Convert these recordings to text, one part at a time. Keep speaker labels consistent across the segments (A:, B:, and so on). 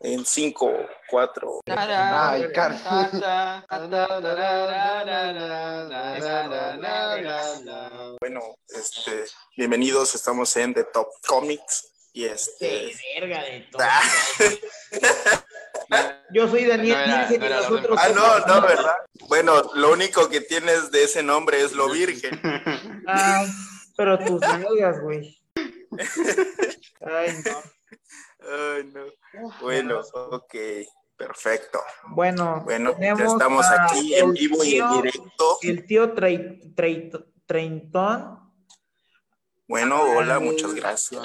A: En 5, 4.
B: Ay, Carlos.
A: Bueno, este, bienvenidos, estamos en The Top Comics. Y este.
C: De verga de todo. Yo soy Daniel
B: No era-
C: Virgen
B: no
C: y
B: era la
C: nosotros.
A: Ah, no,
C: somos-
A: no, ¿verdad? Bueno, lo único que tienes de ese nombre es lo virgen.
C: Ay, pero tus nalgas, güey. Ay, no.
A: Ay, no. Bueno, ok, perfecto.
C: Bueno,
A: Bueno, ya
C: tenemos
A: estamos
C: a
A: aquí en
C: el
A: vivo y en
C: tío-
A: directo.
C: El tío Trei- Trei- Treintón,
A: Bueno, hola,
C: al-
A: muchas gracias.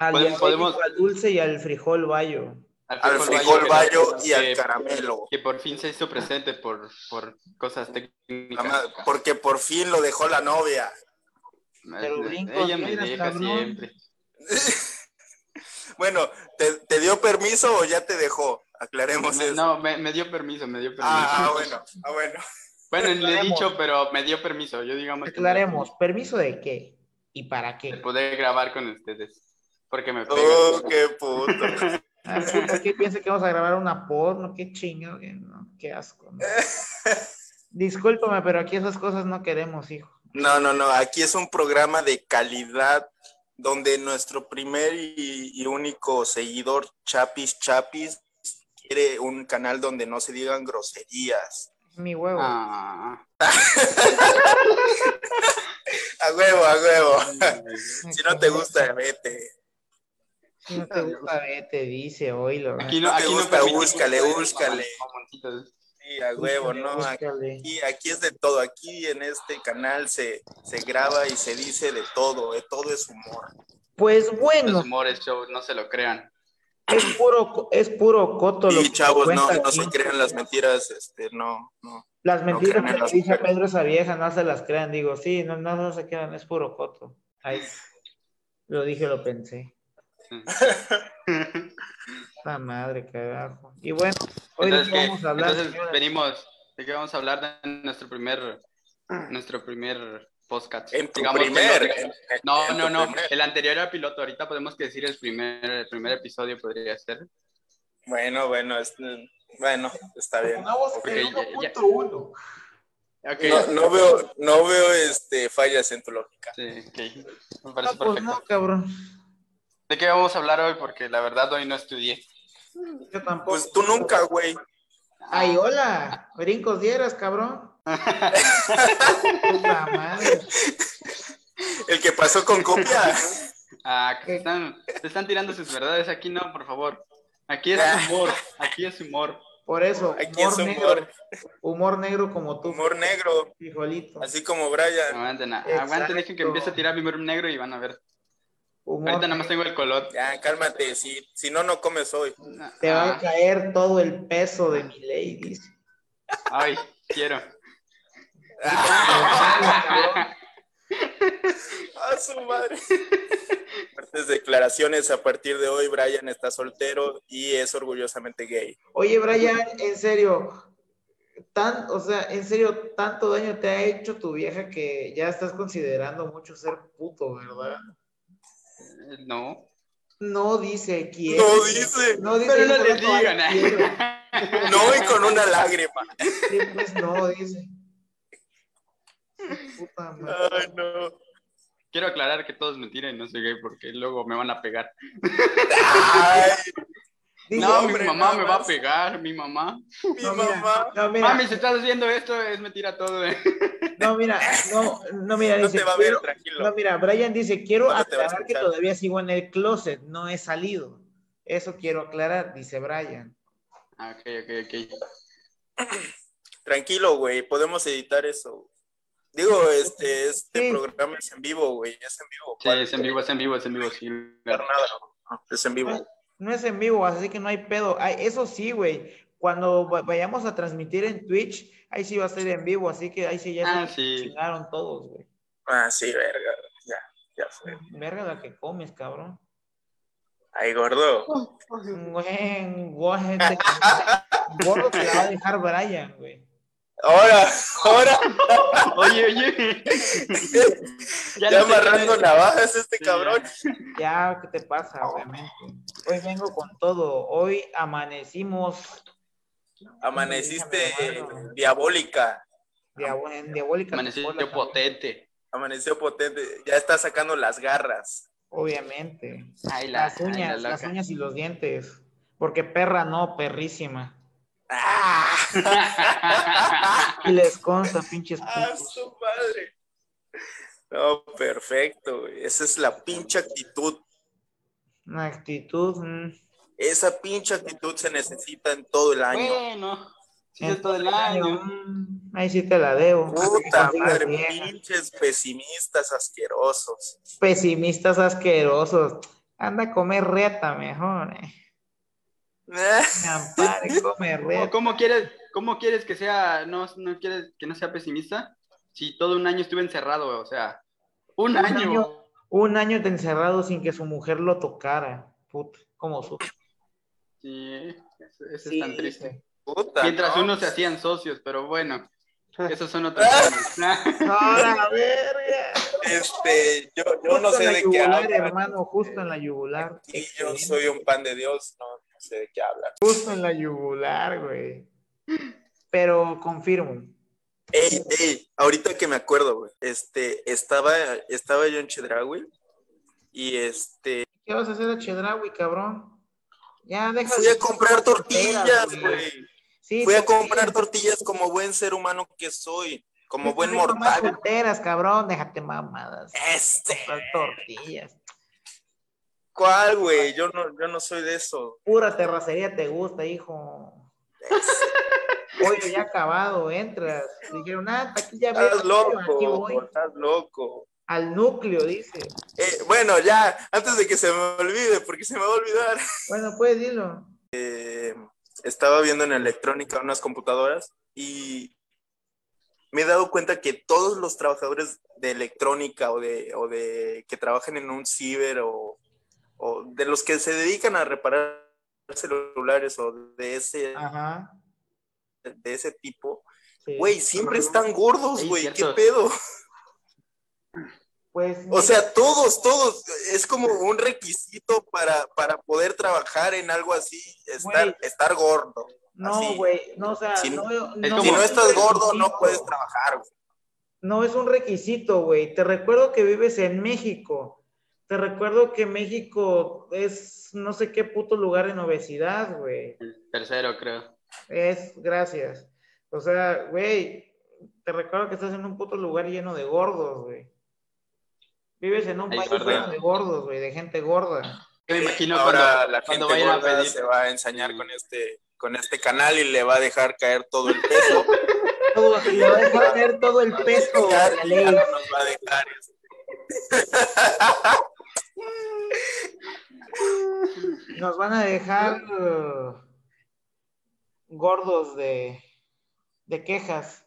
C: al
B: Podemos-
C: diabético,
B: podemos-
C: al dulce y al frijol bayo.
A: Al frijol bayo y al caramelo.
B: Que por fin se hizo presente por, por cosas
A: La
B: técnicas.
A: madre- Porque por fin lo dejó la novia.
C: Pero brincos
B: Ella me
C: llegas,
B: deja
C: cabrón.
B: siempre.
A: Bueno, ¿te, te dio permiso o ya te dejó? Aclaremos
B: No,
A: eso.
B: no, me, me dio permiso, me dio permiso.
A: Ah, ah, bueno, ah, bueno.
B: Bueno, le he
C: Aclaremos.
B: dicho, pero me dio permiso. Yo digamos que me dio
C: Aclaremos, ¿permiso de qué? ¿Y para
B: permiso de
C: qué?
B: poder grabar con ustedes. Porque me pega.
A: Oh, qué puto.
C: Ah, sí, ¿Por qué piensa que vamos a grabar una porno? Qué chingo, güey, no, qué asco. no. Discúlpame, pero aquí esas cosas no queremos, hijo.
A: No, no, no. Aquí es un programa de calidad donde nuestro primer y, y único seguidor, Chapis Chapis, quiere un canal donde no se digan groserías.
C: Mi huevo.
B: Ah.
A: A huevo, a huevo.
C: Me
A: Si no te
C: cago.
A: gusta, vete.
C: Si no te gusta, vete, dice, oílo.
B: Aquí no,
A: No te
B: aquí
A: gusta,
B: no permitimos-
A: búscale, búscale.
B: Mamoncitos.
A: Sí, a huevo, ¿no?
C: Búscale.
A: Aquí, aquí es de todo. Aquí en este canal se, se graba y se dice de todo. De todo es humor.
C: Pues bueno,
B: Los humores, show, no se lo crean.
C: es puro, co- es puro coto. lo
A: Y
C: que
A: chavos, no,
C: cuenta
A: no
C: aquí.
A: se crean las mentiras. Este, no, no.
C: Las mentiras
A: crean en
C: que
A: las
C: dice
A: mujeres.
C: Pedro esa vieja, no se las crean. Digo, sí, no, no, no se crean, es puro coto. Ahí lo dije, lo pensé. La madre, carajo. Y bueno, hoy de
B: Entonces,
C: qué
B: ¿qué?
C: vamos a hablar.
B: Entonces,
C: señora?
B: venimos, ¿de qué vamos a hablar de nuestro primer, nuestro primer podcast?
A: En tu
B: Digamos que no-
A: primer.
B: No,
A: en
B: no,
A: tu
B: no,
A: primer.
B: el anterior era piloto, ahorita podemos que decir el primer, el primer episodio podría ser.
A: Bueno, bueno, es- bueno, está bien.
B: Porque ya- ya-
C: Ah,
B: Ok,
A: No, no veo, no veo este, fallas en tu lógica.
B: sí, ok, me
C: No,
B: parece
C: pues
B: perfecto.
C: no, cabrón.
B: ¿De qué vamos a hablar hoy? Porque la verdad hoy no estudié.
C: Yo tampoco.
A: Pues tú nunca, güey.
C: Ay, hola. Brincos dieras, cabrón. Puta madre.
A: El que pasó con copia.
B: Ah, que están, te están tirando sus verdades, aquí no, por favor. Aquí es
A: Ah.
B: humor, aquí es humor.
C: Por eso,
A: Aquí es
C: humor negro.
A: humor,
C: Humor negro como tú.
A: humor negro,
C: Frijolito.
A: así como Brian.
B: Aguanten, aguanten, dejen que
C: Exacto.
B: empiece a tirar mi humor negro y van a ver.
C: Humor
B: Ahorita nada más tengo el color.
A: Ya, cálmate, si, si no, no comes hoy.
C: Te va
B: Ah,
C: a caer todo el peso de mi ley, dice.
B: Ay, quiero.
A: A su madre. Fuertes declaraciones a partir de hoy, Brian está soltero y es orgullosamente gay.
C: Oye, Brian, en serio, tan, o sea, en serio, tanto daño te ha hecho tu vieja que ya estás considerando mucho ser puto, ¿verdad?
B: No.
C: No dice quién.
A: No dice,
C: No dice.
B: Pero no les
C: "Quiero".
B: digan.
A: ¿eh?
B: ah.
A: no y con una lágrima.
C: Sí, pues no, dice. Puta madre.
A: Ay, no.
B: Quiero aclarar que todo es mentira y no soy gay porque luego me van a pegar.
A: Ay,
C: Dice,
B: no,
A: hombre,
B: mi mamá
A: nada
B: me va a
A: más.
B: pegar, mi mamá.
A: mi
C: No, mira, Ah,
A: mamá.
C: No, mira,
B: Mami, si estás haciendo esto, es mentira todo. eh.
C: no, mira, no, no, mira,
A: No
C: dice,
A: te va a ver,
C: "Quiero-
A: tranquilo.
C: No, mira, Brian dice, quiero
A: No te va a
C: aclarar que
A: escuchar.
C: todavía sigo en el closet, no he salido. Eso quiero aclarar, dice Brian.
B: Ah, ok, ok, ok.
A: Tranquilo, güey, podemos editar eso. Digo, este, este
C: Sí.
A: programa es en vivo, güey, es en vivo.
B: Sí, es en vivo, es en vivo, es en vivo. sí.
A: Para nada, no, es en vivo.
C: No es en vivo, así que no hay pedo. Ay, eso sí, güey, cuando va- vayamos a transmitir en Twitch, ahí sí va a ser en vivo, así que ahí sí ya
B: Ah,
C: se
B: sí.
C: chingaron todos, güey.
A: Ah, sí, verga, ya, ya fue.
C: Verga la que comes, cabrón.
A: Ay, gordo.
C: Güey, güey, te- Gordo te la va a dejar Brian, güey.
A: Ahora, ahora,
B: Oye, oye.
A: ya,
B: no sé
A: amarrando
B: qué-
A: navajas este
B: Sí,
A: cabrón.
C: Ya, ¿qué te pasa? Obviamente. Hoy vengo con todo. Hoy amanecimos
A: Amaneciste
C: Bueno.
A: diabólica.
C: diabo- en diabólica.
B: Amaneció
C: Coca-Cola también,
B: potente.
A: Amaneció potente. Ya está sacando las garras.
C: Obviamente.
B: Ay, la,
C: Las
B: ay, la
C: uñas, las
B: loca.
C: uñas y los dientes. Porque perra no, perrísima.
A: ¡Ah!
C: Y les consta, pinches
A: ¡Ah,
C: putos.
A: su madre! No, perfecto. güey. Esa es la pinche actitud.
C: Una actitud. mm.
A: Esa pinche actitud se necesita en todo el año.
B: bueno. Sí, es todo el año.
C: Mm, Ahí sí te la debo.
A: Puta
C: Consigas
A: madre,
C: vieja.
A: pinches pesimistas asquerosos.
C: Pesimistas asquerosos. Anda a comer reta mejor. Eh. Me ampare, come
B: ¿Cómo-
C: reta.
B: ¿Cómo quieres, cómo quieres que sea, no, no quieres que no sea pesimista? Si todo un año estuve encerrado, o sea, un,
C: Un
B: año.
C: año. Un año de encerrado sin que su mujer lo tocara. Puta, como su.
B: Sí, eso, eso
C: Sí,
B: es tan triste.
A: Puta,
B: Mientras
A: ¿no? Ah.
B: unos se hacían socios, pero bueno, esos son otros temas.
C: ¡Ahora, verga!
A: Este, yo, yo
C: Justo
A: no
C: en
A: sé
C: la
A: de qué
C: yugular,
A: hablan.
C: hermano, justo en la yugular.
A: Y yo soy un pan de Dios, no, no sé de qué hablan.
C: Justo en la yugular, güey. Pero confirmo.
A: Ey, ey, ahorita que me acuerdo, güey, este, estaba, estaba yo en Chedraui y este,
C: ¿Qué vas a hacer a Chedraui, cabrón? Ya, deja
A: fui a comprar tortillas,
C: Espera, güey.
A: güey.
C: Sí,
A: Fui a
C: tortillas.
A: comprar tortillas como buen ser humano que soy, como
C: Estás
A: buen
C: haciendo más
A: mortal.
C: tonteras, cabrón, déjate mamadas.
A: Este,
C: Comprar tortillas.
A: ¿cuál, güey? Yo no, yo no soy de eso.
C: Pura terracería te gusta, hijo. Pollo ya acabado, entras. Dijeron, ah, aquí ya
A: Estás
C: veo, aquí
A: loco,
C: voy.
A: estás loco.
C: Al núcleo, dice.
A: Eh, bueno, ya, antes de que se me olvide, porque se me va a olvidar.
C: Bueno, pues dilo.
A: estaba viendo en electrónica unas computadoras y me he dado cuenta que todos los trabajadores de electrónica o de, o de que trabajan en un ciber o, o de los que se dedican a reparar celulares o de ese,
C: Ajá.
A: de ese tipo,
C: Ah. sí.
A: güey, siempre están gordos,
B: Sí,
A: güey, qué
B: cierto.
A: pedo.
C: Pues,
A: O sea, todos, todos, es como un requisito para, para poder trabajar en algo así, estar,
C: Güey.
A: estar gordo.
C: no,
A: así.
C: güey, no, o sea,
A: Si-
C: no,
B: es
A: Si
B: como-
A: no
C: es un
A: estás gordo, no
C: requisito.
A: puedes trabajar, güey.
C: No es un requisito, güey. Te recuerdo que vives en México. Te recuerdo que México es no sé qué puto lugar en obesidad, güey.
B: Tercero, creo.
C: Es, gracias. O sea, güey, te recuerdo que estás en un puto lugar lleno de gordos, güey. Vives en un
B: Es
C: país
B: verdad.
C: lleno de gordos, güey, de gente gorda.
B: Yo me imagino
A: Ahora
B: cuando,
A: la
B: cuando
A: gente
B: vayan a
A: gorda
B: pedir.
A: se va a ensañar
B: Sí.
A: con este, con este canal y le va a dejar caer todo el peso.
C: Todo, le va a dejar caer todo el peso, güey,
A: Ya-
C: la
A: ya
C: ley.
A: no nos va a dejar eso.
C: Nos van a dejar eh, gordos de, de quejas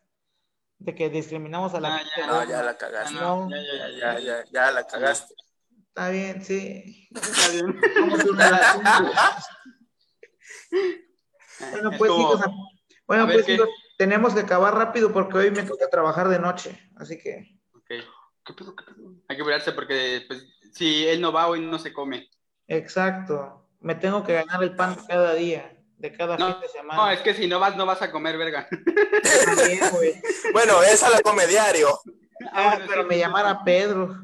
C: de que discriminamos a la
B: Ah,
C: gente
B: ya,
A: No,
C: gorda.
A: ya la cagaste.
B: Ah, No, ya,
A: Ya,
B: ya,
A: ya, ya, ya la cagaste.
C: Está bien, sí.
B: Está bien.
C: ¿Cómo se me
B: Ah,
C: la- bueno,
B: Es
C: pues,
B: como-
C: hijos, a- bueno,
B: a ver
C: pues
B: qué.
C: hijos, tenemos que acabar rápido porque hoy me toca trabajar de noche. Así que
B: ok. Hay que cuidarse porque pues, si él no va hoy no se come.
C: exacto. Me tengo que ganar el pan de cada día, de cada
B: No,
C: fin de
B: No,
C: semana.
B: es que si no vas no vas a comer, verga.
C: También, güey.
A: Bueno, esa la come diario.
C: Ah,
B: bueno,
C: pero
B: sí,
C: me
B: sí, sí.
C: llamara Pedro.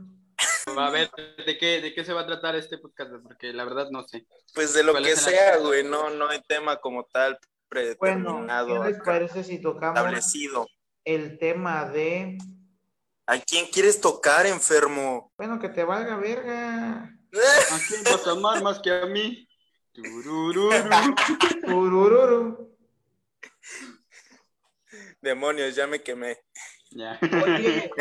B: A ver, ¿de qué, ¿de qué se va a tratar este podcast? Porque la verdad no sé.
A: Pues de lo
B: ¿Cuál
A: que
B: es la-
A: sea, güey, no, no hay tema como tal
C: Bueno,
A: predeterminado,
C: ¿qué les
A: acá,
C: parece si tocamos
A: establecido.
C: el tema de
A: ¿A quién quieres tocar, enfermo?
C: Bueno, que te valga verga.
B: ¿A quién vas a amar más que a mí? Turururu.
C: Turururu.
A: Demonios, ya me quemé.
B: Ya.
C: Oye,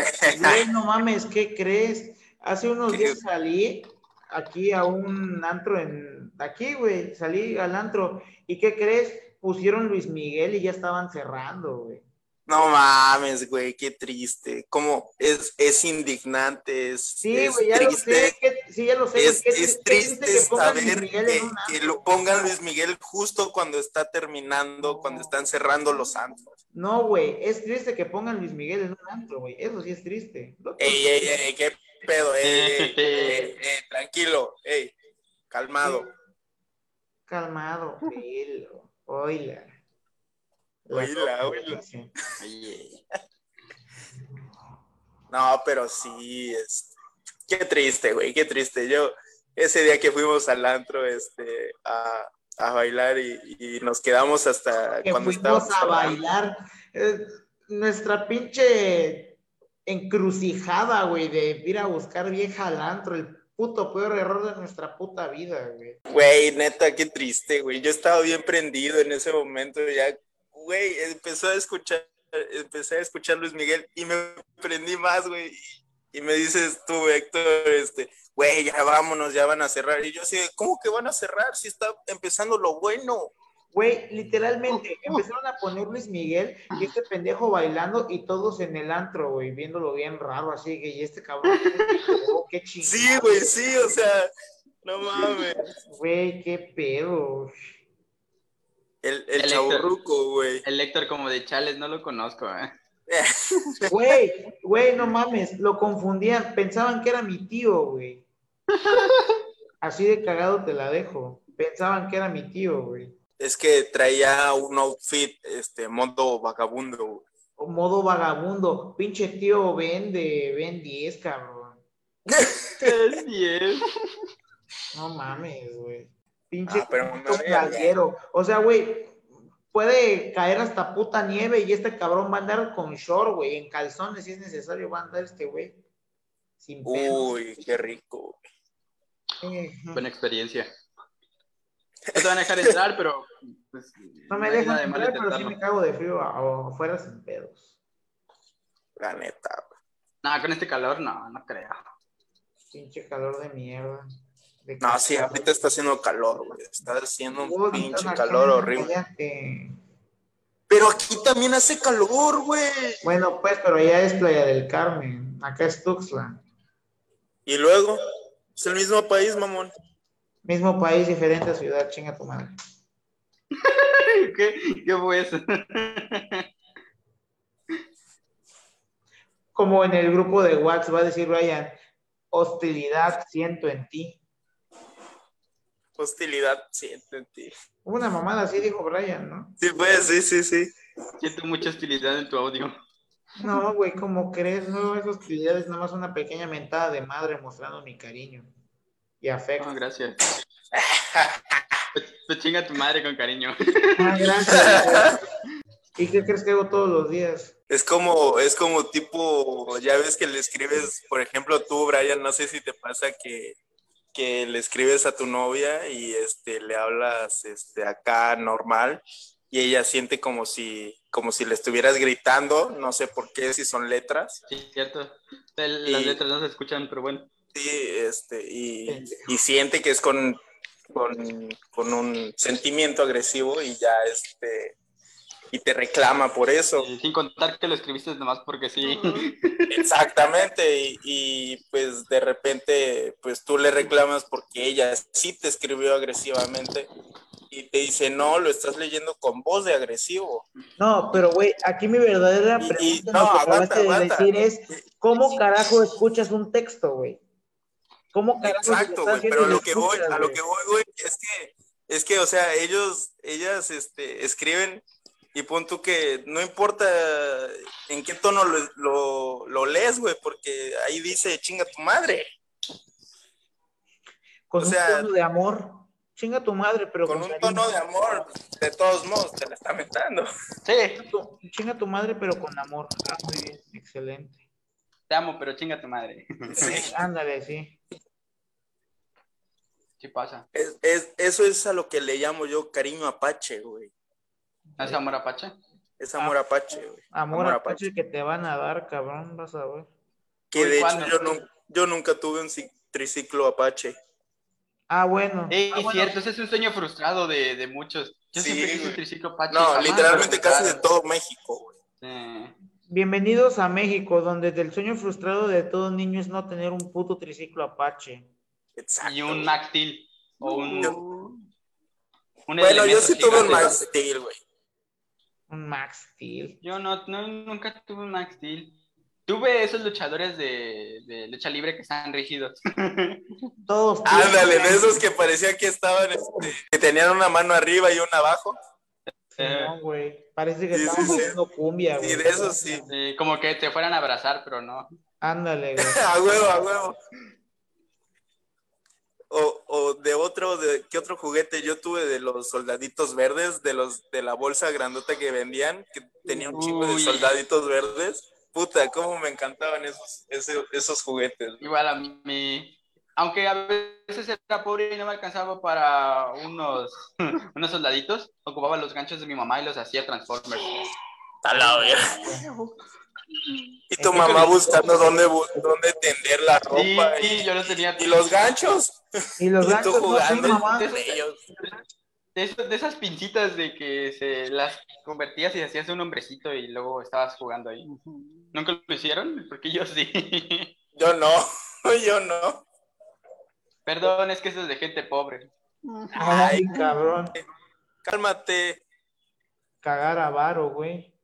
C: güey, no mames, ¿qué crees? Hace unos
A: ¿Qué?
C: días salí aquí a un antro en aquí, güey, salí al antro y ¿qué crees? Pusieron Luis Miguel y ya estaban cerrando, güey.
A: No mames, güey, qué triste. Como es, es indignante, es,
C: Sí,
A: es
C: güey, ya lo
A: triste,
C: sé, que- sí, ya lo sé.
A: es,
C: güey, qué-
A: es
C: qué triste
A: triste
C: pongan Luis
A: saber
C: Miguel
A: que,
C: en un
A: que
C: antro.
A: lo pongan Luis Miguel justo cuando está terminando, cuando están cerrando los antros.
C: No, güey, es triste que pongan Luis Miguel en un antro, güey. Eso sí es triste. Loco.
A: Ey, ey, ey, qué pedo, ey, ey, ey, ey, tranquilo, ey, calmado.
C: Calmado, velo, oila. La
A: Oila,
C: loca,
A: oila.
C: sí.
B: Oye,
A: No, pero sí, es... qué triste, güey, qué triste. Yo, ese día que fuimos al antro, este, a, a bailar y, y nos quedamos hasta
C: Que
A: cuando
C: fuimos
A: estábamos
C: a bailar. eh, nuestra pinche encrucijada, güey, de ir a buscar vieja al antro, el puto peor error de nuestra puta vida, güey.
A: Güey, neta, qué triste, güey. Yo estaba bien prendido en ese momento, ya, güey, empezó a escuchar, empecé a escuchar Luis Miguel y me prendí más, güey. Y me dices tú, Héctor, este, güey, ya vámonos, ya van a cerrar. Y yo así, de, ¿cómo que van a cerrar si está empezando lo bueno?
C: Güey, literalmente empezaron a poner Luis Miguel y este pendejo bailando y todos en el antro, güey, viéndolo bien raro, así que, y este cabrón, oh, qué chingón.
A: Sí, güey, sí, o sea, no mames.
C: Güey, qué pedo.
A: El, el,
B: El Héctor.
A: chaburruco, güey.
B: el Héctor como de Chales, no lo conozco, ¿eh?
C: Güey, güey, no mames, lo confundían, pensaban que era mi tío, güey. Así de cagado te la dejo. Pensaban que era mi tío, güey.
A: Es que traía un outfit, este, modo vagabundo, güey.
C: O modo vagabundo, pinche tío Ben de Ben 10, cabrón.
B: Así es.
C: No mames, güey. Pinche
A: Ah, pero
C: puto
A: una verga.
C: playero. O sea, güey, puede caer hasta puta nieve y este cabrón va a andar con short, güey, en calzones si es necesario, va a andar este güey. Sin pedo.
A: Uy, qué rico.
C: Ujú.
B: Buena experiencia. No te van a dejar entrar, pero. pues,
C: No me
B: hay
C: dejan
B: nada de malo
C: entrar, pero sí
B: intentarlo.
C: me cago de frío a- afuera sin pedos.
A: La neta, güey.
B: No, con este calor, no, no creo.
C: Pinche calor de mierda. De
A: No, sí,
C: calor.
A: ahorita está haciendo calor, güey. Está haciendo
C: Oh,
A: un pinche
C: acá,
A: calor horrible.
C: cállate.
A: Pero aquí también hace calor, güey.
C: Bueno, pues, pero ya es Playa del Carmen. Acá es Tuxtla.
A: Y luego, es el mismo país, mamón.
C: Mismo país, diferente ciudad, chinga tu madre.
B: ¿Qué, qué fue eso?
C: Como en el grupo de WhatsApp va a decir Brian, hostilidad siento en ti.
A: Hostilidad, siento en ti.
C: Una mamada así dijo Brian, ¿no?
A: Sí, pues, sí, sí, sí.
B: Siento mucha hostilidad en tu audio.
C: No, güey, como crees? No, es hostilidad, es nada más una pequeña mentada de madre mostrando mi cariño y afecto.
B: No, gracias. Pues- Pues chinga tu madre con cariño.
C: Ah, gracias. güey. ¿Y qué crees que hago todos los días?
A: Es como, es como tipo, ya ves que le escribes, por ejemplo, tú, Brian, no sé si te pasa que, que le escribes a tu novia y este, le hablas este, acá normal y ella siente como si, como si le estuvieras gritando, no sé por qué, si son letras.
B: Sí, cierto. El- las
A: Y-
B: letras no se escuchan, pero bueno.
A: Sí, este, y,
C: Pendejo.
A: y siente que es con, con, con un sentimiento agresivo y ya este, y te reclama por eso.
B: Y Sin contar que lo escribiste nomás porque sí.
A: Exactamente, y, y, pues de repente, pues tú le reclamas porque ella sí te escribió agresivamente y te dice, no, lo estás leyendo con voz de agresivo.
C: No, pero güey, aquí mi verdadera
A: Y- y-
C: pregunta
A: no,
C: lo que
A: aguanta,
C: acabaste de
A: aguanta.
C: decir es ¿cómo carajo escuchas un texto, güey? ¿Cómo carajo si lo
A: Exacto,
C: estás
A: güey,
C: viendo
A: pero a
C: y
A: lo que voy,
C: escuchas,
A: a lo
C: güey?
A: que voy, güey, es que, es que, o sea, ellos, ellas, este, escriben y pon tú que no importa en qué tono lo, lo, lo lees, güey, porque ahí dice, chinga tu madre,
C: con
A: o
C: un
A: sea-
C: tono de amor. Chinga tu madre, pero
A: con
C: con
A: un
C: cariño.
A: tono de amor, de todos modos, te la está mentando.
B: Sí,
C: Chinga tu- Chinga tu madre, pero con amor. Ah, muy bien, excelente.
B: te amo, pero chinga tu madre.
A: Sí.
C: Ándale, sí.
B: ¿Qué pasa?
A: Es, es- eso es a lo que le llamo yo cariño apache, güey.
B: ¿Es amor apache?
A: Es amor apache, güey.
C: Amor,
A: Amor
C: apache que te van a dar, cabrón, vas a ver.
A: Que de
B: ¿Cuándo?
A: hecho yo, nun- yo nunca tuve un ci- triciclo apache.
C: Ah, bueno.
B: Sí,
C: Ah, bueno.
B: cierto, ese Eh, es un sueño frustrado de, de muchos. Yo
A: Sí,
B: siempre quise
A: güey.
B: un triciclo apache.
A: No,
B: jamás
A: literalmente
B: lo
A: casi de
B: lograron.
A: todo México, güey.
B: Sí.
C: Bienvenidos a México, donde el sueño frustrado de todo niño es no tener un puto triciclo apache.
A: Exacto.
B: Y un Max Steel. O un.
A: Yo-
B: un
A: bueno, yo
B: elemento
A: sí tuve un
B: gigante.
A: Max Steel, güey.
C: Un Max Steel.
B: Yo no, no- nunca tuve un Max Steel. Tuve esos luchadores de, de lucha libre que están rígidos.
C: Todos. tienen-
A: Ándale, de esos que parecía que estaban, este, que tenían una mano arriba y una abajo.
B: Eh.
C: Simón, güey. Parece que
A: Sí, sí,
C: estamos
A: sí.
C: haciendo cumbia, güey.
A: Sí, de esos sí.
B: Eh, como que te fueran a abrazar, pero no.
C: Ándale, güey.
A: A huevo, a huevo. O, o de otro, de, ¿qué otro juguete yo tuve de los soldaditos verdes? De los de la bolsa grandota que vendían, que tenía un chingo de
B: Uy.
A: soldaditos verdes. Puta, cómo me encantaban esos, ese- esos juguetes.
B: Igual a mí. Aunque a veces era pobre y no me alcanzaba para unos, unos soldaditos, ocupaba los ganchos de mi mamá y los hacía Transformers.
A: Y tu mamá buscando dónde, bu- dónde tender la
B: Sí,
A: ropa.
B: sí,
A: y,
B: yo los tenía.
A: y los ganchos.
C: Y los
A: y
C: blancos
A: tú
C: no sí,
A: jugando
C: mamá.
A: entre ellos.
B: De, esas- de esas pincitas de que se las convertías y hacías un hombrecito y luego estabas jugando ahí. ¿Nunca lo hicieron? Porque yo sí.
A: Yo no, yo no.
B: Perdón, es que eso es de gente pobre.
C: Ay, cabrón.
A: Cálmate.
C: Cagar a varo, güey.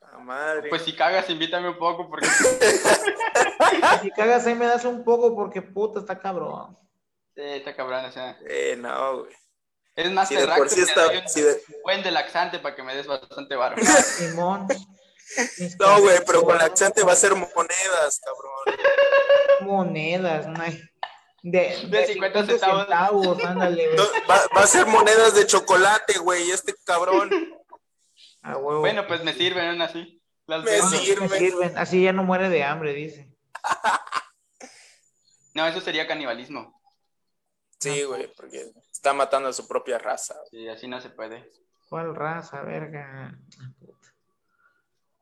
A: La madre.
B: Pues si cagas, invítame un poco porque
C: Si cagas ahí me das un poco porque puta está cabrón.
B: eh, está cabrón, o sea.
A: Eh, no, güey.
B: Es más,
A: Si
B: te
A: de
B: raco
A: por
B: y
A: sí
B: te
A: está-
B: doy un
A: si de-
B: buen de laxante para que me des bastante varo.
C: Simón. Mis
A: No, güey, pero con
C: cabrón.
A: laxante va a ser monedas, cabrón.
C: monedas, no hay- De,
B: De 50 centavos.
C: centavos, ándale, güey.
A: No, va, va a ser monedas de chocolate, güey, este cabrón.
C: A huevo.
B: Bueno, pues me sirven aún así. Las
A: Me
B: vendo.
C: No, no,
A: sirve.
C: me sirven. Así ya no muere de hambre, dice.
B: No, eso sería canibalismo.
A: Sí, güey, porque está matando a su propia raza.
B: Sí, así no se puede.
C: ¿Cuál raza, verga?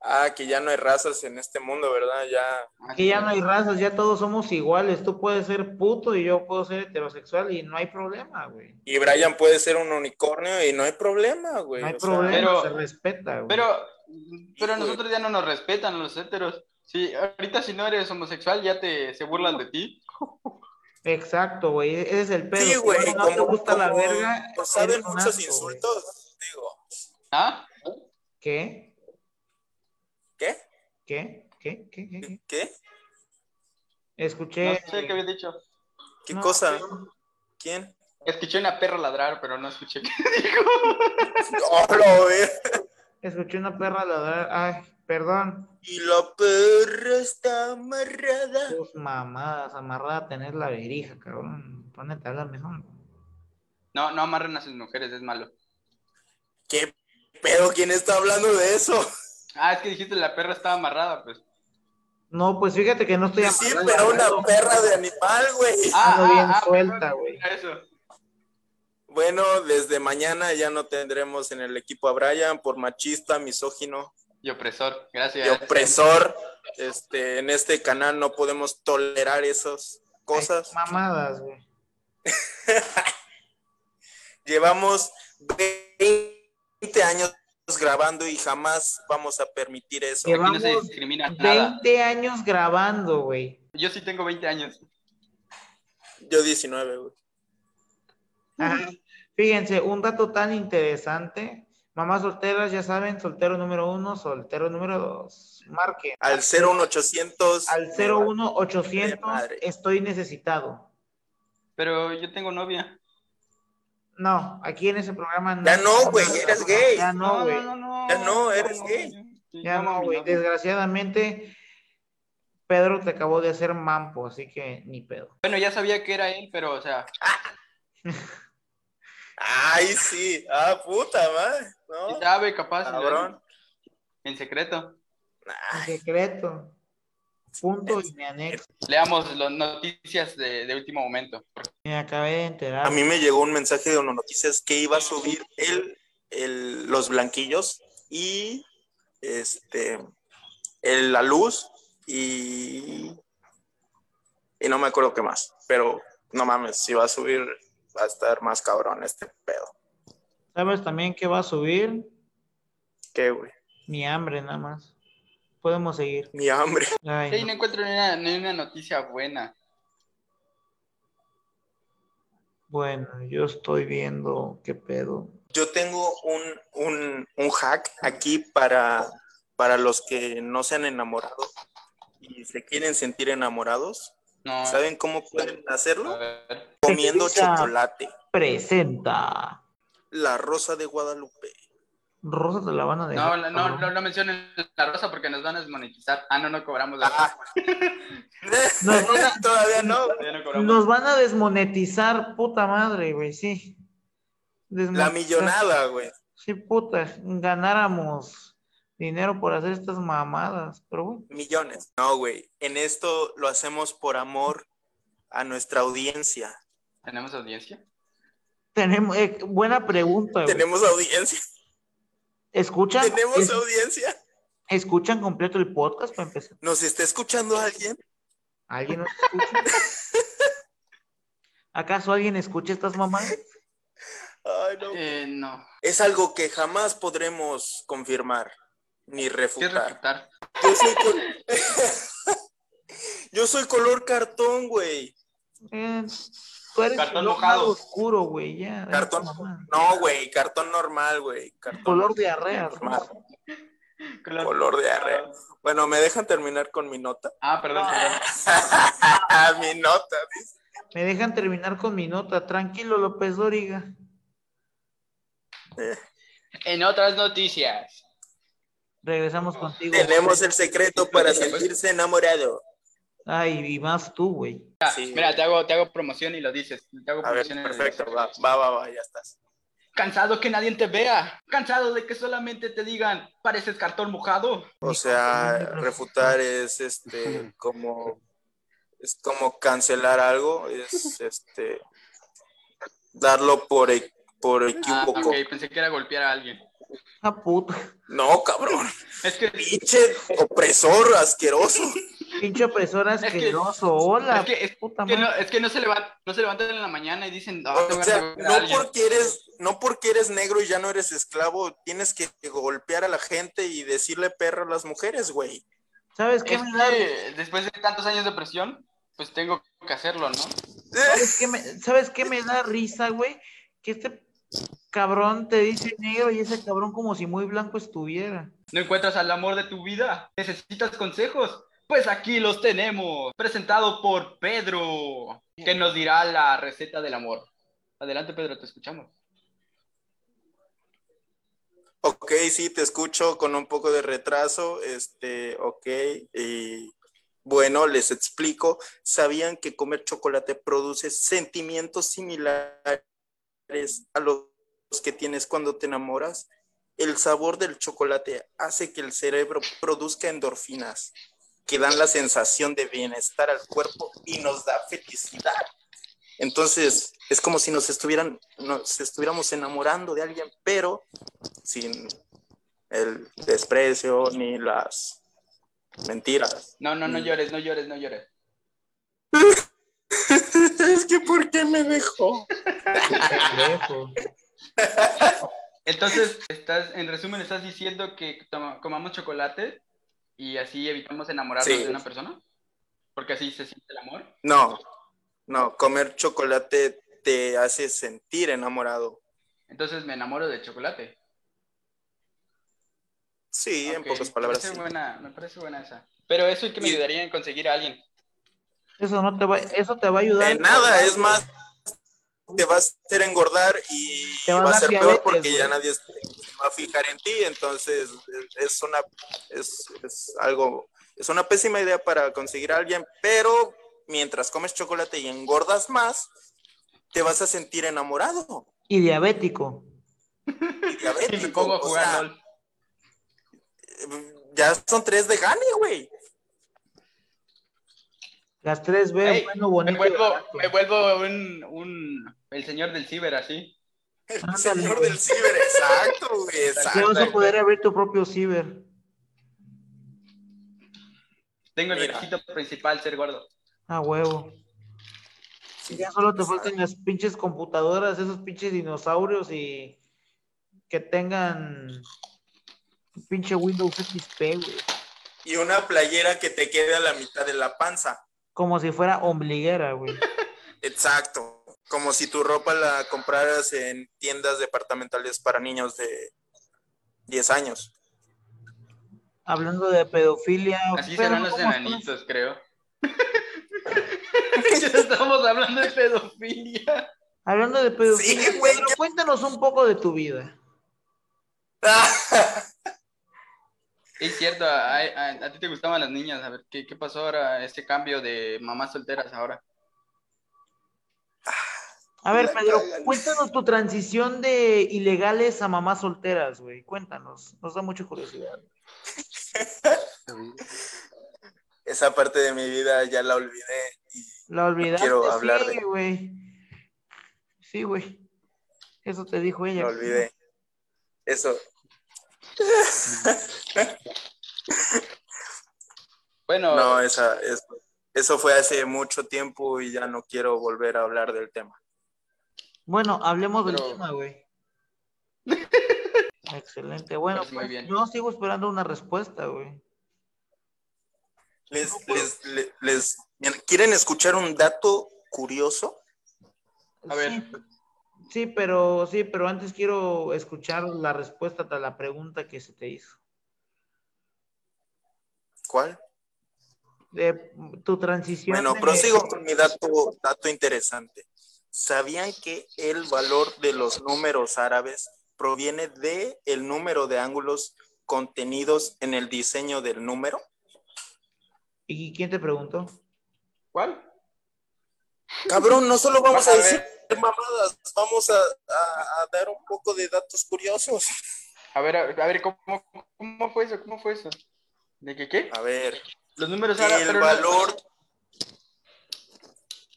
A: Ah, que ya no hay razas en este mundo, ¿verdad? Ya.
C: Aquí ya no hay razas, ya todos somos iguales. Tú puedes ser puto y yo puedo ser heterosexual y no hay problema, güey.
A: Y Brian puede ser un unicornio y no hay problema, güey.
C: No hay
A: o sea,
C: problema,
B: Pero-
C: se respeta, güey.
B: Pero, pero a
A: Hijo de-
B: nosotros ya no nos respetan los heteros. Sí, ahorita si no eres homosexual ya te se burlan de ti.
C: Exacto, güey. Ese es el pedo.
A: sí,
C: Si
A: güey,
C: no
A: como,
C: te gusta la
A: como
C: verga.
A: nos saben
C: eres un
A: muchos
C: asco,
A: insultos, digo,
B: ¿Ah?
C: güey. ¿Qué?
A: ¿qué?
C: ¿Qué? ¿Qué? ¿Qué? ¿Qué? ¿Qué?
A: ¿Qué?
B: No
C: Escuché.
B: sé qué había dicho.
A: ¿Qué
C: No,
A: cosa?
C: güey.
A: ¿Quién?
B: Escuché una perra ladrar, pero no escuché qué dijo.
A: ¡Hola, güey!
C: Escuché una perra ladrar. Ay, perdón.
A: Y la perra está amarrada.
C: Tus mamadas, amarrada a tener la verija, cabrón. Ponete a hablar mejor.
B: No, no amarren a sus mujeres, es malo.
A: ¿Qué pedo? ¿Quién está hablando de eso?
B: Ah, es que dijiste la perra estaba amarrada, pues.
C: No, pues fíjate que no estoy
A: sí,
C: amarrada,
A: pero
C: güey.
A: una perra de animal, güey.
B: Ah,
C: Ando bien
B: perdón,
C: suelta, güey.
B: Eso.
A: Bueno, desde mañana ya no tendremos en el equipo a Brian por machista, misógino
B: Y opresor, gracias.
A: y opresor. Este, en este canal no podemos tolerar esas cosas.
C: Ay, mamadas, güey.
A: Llevamos 20 años grabando y jamás vamos a permitir eso.
B: Aquí no se
C: Llevamos
B: discrimina nada.
C: 20 años grabando, güey.
B: Yo sí tengo 20 años.
A: Yo 19, güey.
C: Ajá. Ah, Fíjense, un dato tan interesante. Mamás solteras, ya saben, soltero número uno, soltero número dos. Marquen
A: Al 01800.
C: al 01800,
A: madre.
C: estoy necesitado.
B: Pero yo tengo novia.
C: No, aquí en ese programa no.
A: Ya no, güey, eres gay.
C: Ya Ah, no, güey.
B: no.
A: Ya no, eres gay.
B: yo- yo
C: Ya
B: amo a
C: no,
B: mi
C: güey.
B: novia.
C: Desgraciadamente, Pedro te acabó de hacer mampo, así que ni pedo.
B: Bueno, ya sabía que era él, pero, o sea,
A: Ay, sí. Ah, puta madre.
B: sí
A: No,
B: sabe, capaz. y lo
A: cabrón.
B: hace En secreto.
A: Ay,
C: Secreto. Punto y me anexo.
B: Leamos las noticias de, de último momento.
C: Me acabé de enterar.
A: A mí me llegó un mensaje de Ono Noticias que iba a subir el, el- los blanquillos y este el- la luz y, y no me acuerdo qué más, pero no mames, si va a subir va a estar más cabrón este pedo.
C: ¿Sabes también que va a subir?
A: Qué güey,
C: Mi hambre nada más. Podemos seguir.
A: mi hambre.
C: Ay,
B: Ey,
C: no.
B: no encuentro ni una, ni una noticia buena.
C: Bueno, yo estoy viendo qué pedo.
A: Yo tengo un, un, un hack aquí para, para los que no se han enamorado y se quieren sentir enamorados.
B: No,
A: ¿Saben cómo pueden
B: a
A: hacerlo?
B: ver.
A: Comiendo
C: Televisa.
A: chocolate.
C: Presenta.
A: La Rosa de Guadalupe.
C: Rosa te la van a
B: No,
C: dejar.
B: no, no, no, no mencionen la rosa porque nos van a desmonetizar. Ah, no, no cobramos la rosa.
A: Ah. Todavía no.
B: Todavía no cobramos.
C: Nos van a desmonetizar, puta madre, güey, sí.
A: La
C: Desmonetizar.
A: millonada, güey.
C: Sí, puta, ganáramos dinero por hacer estas mamadas, pero bueno.
A: Millones. No, güey. En esto lo hacemos por amor a nuestra audiencia.
B: ¿Tenemos audiencia?
C: Tenemos, eh, buena
B: Ah,
C: pregunta, güey.
A: Tenemos audiencia.
C: ¿Escuchan,
A: Tenemos
C: es-
A: audiencia.
C: ¿Escuchan completo el podcast para empezar?
A: ¿Nos está escuchando alguien?
C: ¿Alguien nos escucha? ¿Acaso alguien escucha estas mamadas?
A: Ay, no.
B: Eh, no.
A: Es algo que jamás podremos confirmar ni
B: ¿Qué
A: refutar.
B: refutar?
A: Yo soy, col- Yo soy color cartón, güey.
C: Eh, tú eres
B: Cartón
C: el lado
B: mojado.
C: oscuro, güey, ya. deja
A: Cartón.
C: esa mamada.
A: No, güey, cartón normal, güey. Cartón
C: Color diarrea.
A: normal.
B: Color-
A: Color de arrea. Bueno, ¿me dejan terminar con mi nota? Ah,
B: Ah, perdón, perdón.
A: mi nota, dice.
C: Me dejan terminar con mi nota. Tranquilo, López Dóriga.
B: En otras noticias.
C: Regresamos contigo.
A: Tenemos el secreto para sentirse enamorado.
C: Ay, y más tú, güey.
B: Ah,
A: Sí.
B: Mira, te hago, te hago promoción y lo dices. Te hago
A: A ver,
B: promoción y lo
A: perfecto,
B: dices.
A: va, va, va, va, ya estás.
B: Cansado que nadie te vea. Cansado de que solamente te digan, pareces cartón mojado.
A: O sea, refutar es este como es como cancelar algo, es este darlo por e- por
B: Ah,
A: equívoco.
B: ok, pensé que era golpear a alguien.
C: Ah, puta.
A: No, cabrón.
B: Es que, es
A: Pinche opresor asqueroso.
C: Pinche opresor
B: que-
C: asqueroso. Hola.
B: que- es
C: puta
B: que
C: madre.
B: no, es que no se levantan, no se levantan en la mañana y dicen, "Ah, tengo
A: O
B: que
A: sea,
B: golpear a
A: no
B: alguien".
A: porque eres no porque eres negro y ya no eres esclavo, tienes que golpear a la gente y decirle perro a las mujeres, güey.
C: ¿Sabes qué
B: Es
C: me da?
B: que después de tantos años de presión, pues tengo que hacerlo, ¿no?
C: ¿Sabes qué me, ¿sabes qué me da risa, güey? Que este cabrón te dice negro y ese cabrón como si muy blanco estuviera.
B: No encuentras al amor de tu vida. ¿Necesitas consejos? Pues aquí los tenemos. Presentado por Pedro, que nos dirá la receta del amor. Adelante, Pedro, te escuchamos.
A: Ok, sí, te escucho con un poco de retraso. Este, ok, y bueno, les explico. ¿Sabían que comer chocolate produce sentimientos similares a los que tienes cuando te enamoras? El sabor del chocolate hace que el cerebro produzca endorfinas que dan la sensación de bienestar al cuerpo y nos da felicidad. Entonces, es como si nos estuvieran, nos estuviéramos enamorando de alguien, pero sin el desprecio ni las mentiras.
B: No, no, no llores, no llores, no llores.
A: es que ¿por qué me dejó?
C: Pendejo.
B: Entonces, estás, en resumen, estás diciendo que toma- comamos chocolate y así evitamos enamorarnos
A: Sí.
B: de una persona. Porque así se siente el amor.
A: No, no, comer chocolate te hace sentir enamorado.
B: Entonces me enamoro de chocolate.
A: Sí, en
B: Ok,
A: pocas palabras.
B: Me parece,
A: sí.
B: buena, me parece buena esa. Pero eso es que me
A: Y-
B: ayudaría en conseguir a alguien.
C: Eso no te va, eso te va a ayudar.
A: De nada, es más, te va a hacer engordar y
C: Te va a
A: va a
C: dar
A: ser
C: diabetes,
A: peor porque ya
C: güey.
A: nadie se va a fijar en ti. Entonces, es una, es, es algo, es una pésima idea para conseguir a alguien, pero mientras comes chocolate y engordas más, te vas a sentir enamorado
C: Y diabético.
A: y
B: Y
A: diabético.
B: me pongo a
A: o
B: jugar
A: sea,
B: LOL.
A: ya son tres de gane, güey.
C: Las tres B,
B: Ey,
C: bueno,
B: Me
C: bonito.
B: vuelvo,
C: barato.
B: me vuelvo un, un- el señor del ciber, así.
A: El
C: Ándale,
A: señor
C: güey.
A: del ciber, exacto, güey,
C: Ya
A: exacto.
C: vas a poder abrir tu propio ciber.
B: Tengo el
A: Mira.
B: requisito principal, ser gordo.
C: A huevo. Ya solo te faltan las pinches computadoras, esos pinches dinosaurios y que tengan un pinche Windows XP, güey.
A: Y una playera que te quede a la mitad de la panza.
C: Como si fuera ombliguera, güey.
A: Exacto. Como si tu ropa la compraras en tiendas departamentales para niños de 10 años.
C: Hablando de pedofilia.
B: Así
C: pero
B: serán los
C: ¿cómo
B: enanitos, creo. Estamos hablando de pedofilia.
C: Hablando de pedofilia.
A: Sí, güey,
C: pero
A: qué-
C: cuéntanos un poco de tu vida.
B: Es cierto, a, a- a ti te gustaban las niñas. A ver, ¿qué, qué pasó ahora? Este cambio de mamás solteras ahora.
C: A ver,
A: La
C: Pedro,
A: cagan.
C: cuéntanos tu transición de ilegales a mamás solteras, güey. Cuéntanos. Nos da mucha curiosidad.
A: Esa parte de mi vida ya la olvidé.
C: La olvidaste.
A: quiero hablar
C: sí,
A: de-
C: güey. Sí, güey. Eso te dijo ella.
A: Lo olvidé. Eso.
B: Bueno,
A: No, eh. esa, eso, eso fue hace mucho tiempo y ya no quiero volver a hablar del tema.
C: Bueno, hablemos del
B: Pero-
C: tema, güey. Excelente. Bueno,
B: Pues muy
C: pues,
B: bien.
C: yo sigo esperando una respuesta, güey.
A: Les, les, le- les- ¿Quieren escuchar un dato curioso?
B: A ver.
C: Sí, sí, pero sí, pero antes quiero escuchar la respuesta a la pregunta que se te hizo.
A: ¿Cuál?
C: De tu transición.
A: Bueno,
C: de-
A: prosigo con mi dato, dato interesante. ¿Sabían que el valor de los números árabes proviene de el número de ángulos contenidos en el diseño del número?
C: ¿Y quién te preguntó?
B: ¿cuál?
A: Cabrón, no pues, solo vamos a
B: Vas a
A: decir mamadas, vamos a, a- a dar un poco de datos curiosos.
B: A ver, a, a ver, ¿cómo, ¿cómo fue eso? ¿Cómo fue eso? ¿De qué qué?
A: A ver,
B: Los números ahora,
A: el
B: pero no-
A: valor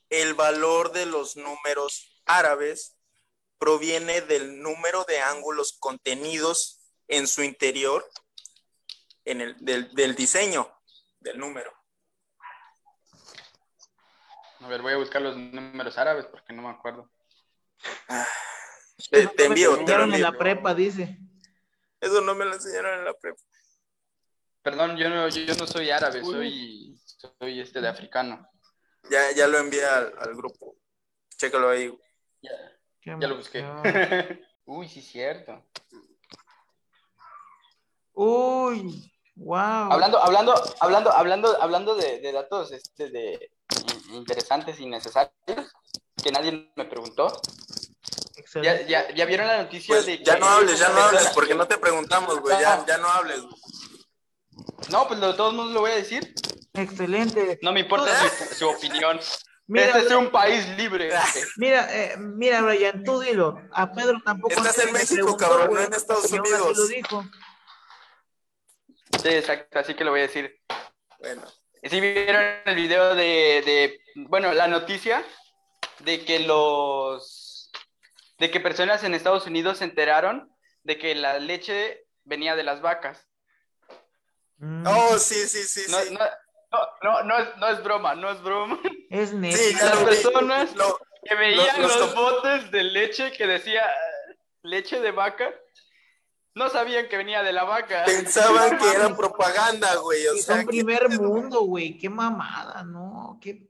A: el valor de los números árabes proviene del número de ángulos contenidos en su interior en el del, del diseño del número.
B: A ver, voy a buscar los números árabes porque no me acuerdo.
A: Te, te
C: Te
A: envío, te lo
C: enviaron en
A: envío.
C: la prepa, dice.
A: Eso no me lo enseñaron en la prepa.
B: Perdón, yo no, yo no soy árabe, soy, soy este de africano.
A: Ya, ya lo envié al, al grupo. Chécalo ahí.
B: Ya,
C: Qué
B: ya lo busqué.
C: emoción.
B: Uy, sí, cierto.
C: Uy, wow.
B: Hablando, hablando, hablando, hablando, hablando de, de datos este, de, interesantes y necesarios que nadie me preguntó. Ya,
C: Excelente.
B: ya, ya vieron la noticia
A: Pues,
B: de que-
A: ya no hables, ya no hables,
B: Venezuela-
A: porque no te preguntamos, güey. Ya, ya no hables. güey.
B: No, pues de todos modos lo voy a decir.
C: Excelente.
B: No me importa su, su opinión.
C: Mira,
B: este es un país libre.
C: mira, eh, mira, Brian, tú dilo. A Pedro tampoco.
A: Estás
C: nadie
A: en
C: le
A: México,
C: preguntó,
A: cabrón,
C: güey,
A: no en Estados
C: y aún así
A: Unidos.
C: lo dijo.
B: Sí, exacto, así que lo voy a decir.
A: Bueno,
B: Si vieron el video de, de- bueno, la noticia de que los, de que personas en Estados Unidos se enteraron de que la leche venía de las vacas.
C: Mm,
A: oh, sí, sí, sí.
B: No,
A: sí.
B: no, no, no, no es, no es broma, no es broma.
C: Es neta.
A: Sí, ya
B: Las
A: lo vi.
B: personas-
A: Lo-
B: Que veían
A: Los-
B: los,
A: los com-
B: botes de leche que decía eh, leche de vaca, no sabían que venía de la vaca.
A: pensaban que era propaganda, güey. O
C: Y
A: sea,
C: son
A: que-
C: primer mundo, güey. Qué mamada, ¿no? Qué,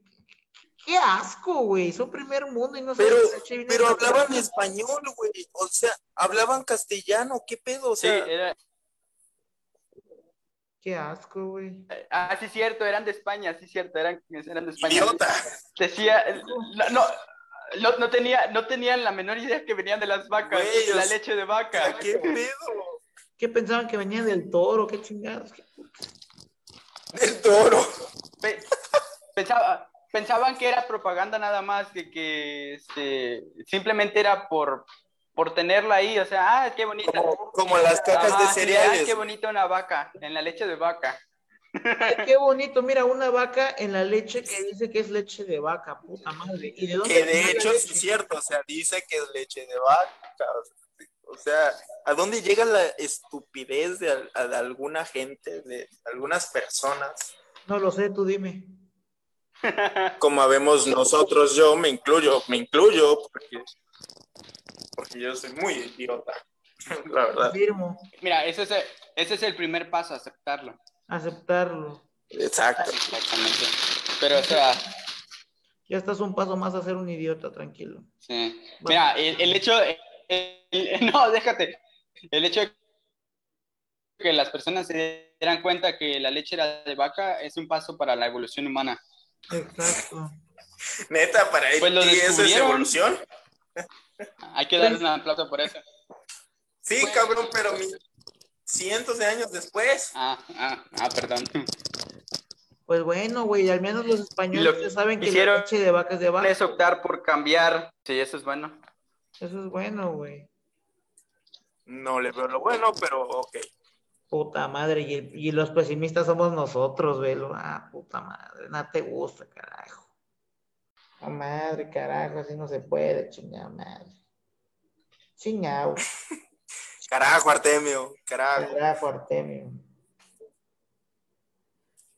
C: qué asco, güey. Son primer mundo y no saben
A: pero,
C: que esa chévere
A: pero
C: es-
A: hablaban español, güey. O sea, hablaban castellano, ¿qué pedo? O
B: Sí,
A: sea,
B: era-
C: Qué asco, güey.
B: ah, sí, cierto, eran de España, sí, cierto, eran, eran de España.
A: idiota.
B: Decía, no, no, no, no tenía, no tenían la menor idea que venían de las vacas,
A: Güey,
B: la
A: o sea,
B: leche de vaca.
A: ¿Qué pedo?
C: ¿Qué pensaban que venía del toro? ¿Qué chingados?
A: Del toro.
B: Pe- pensaba- pensaban que era propaganda nada más, de que este, simplemente era por, por tenerla ahí, o sea, ah, qué bonita.
A: Como, como las cajas
B: Ajá,
A: de
B: sí, Ay,
A: cereales.
B: qué bonita una vaca, en la leche de vaca.
C: Qué bonito, mira, una vaca en la leche que dice que es leche de vaca, puta madre. ¿Y de dónde
A: Que
C: viene
A: de
C: la
A: hecho sí
C: leche?
A: es cierto, o sea, dice que es leche de vaca. O sea, ¿a dónde llega la estupidez de, al- a- de alguna gente, de algunas personas?
C: No lo sé, tú dime.
A: Como habemos nosotros, yo me incluyo, me incluyo, porque, porque yo soy muy idiota, la verdad.
C: Afirmo,
B: Mira, ese es, el, ese es el primer paso, aceptarlo.
C: aceptarlo.
A: Exacto.
B: Exactamente. Pero, o sea,
C: Ya estás un paso más a ser un idiota, tranquilo.
B: Sí. Mira, eh, el, el hecho, el- el- no, déjate, el hecho de que las personas se dieran cuenta que la leche era de vaca es un paso para la evolución humana.
C: Exacto.
A: Neta, para
B: Pues lo
A: ti eso es
B: descubrieron.
A: evolución.
B: Hay que darle una aplauso por eso.
A: Sí,
B: Pues-
A: cabrón, pero mi- cientos de años después.
B: Ah, ah, ah, perdón.
C: Pues bueno, güey, al menos los españoles
B: Lo
C: ya saben que
B: hicieron
C: la leche de vaca es de vaca.
B: Es optar por cambiar. Sí, eso es bueno.
C: Eso es bueno, güey.
A: No le veo lo bueno, pero ok.
C: Puta madre, y, el- y los pesimistas somos nosotros, velo. Ah, puta madre, no te gusta, carajo. Ah, madre, carajo, así no se puede, chingada madre. Chingado,
A: Carajo, Artemio, carajo.
C: carajo, Artemio.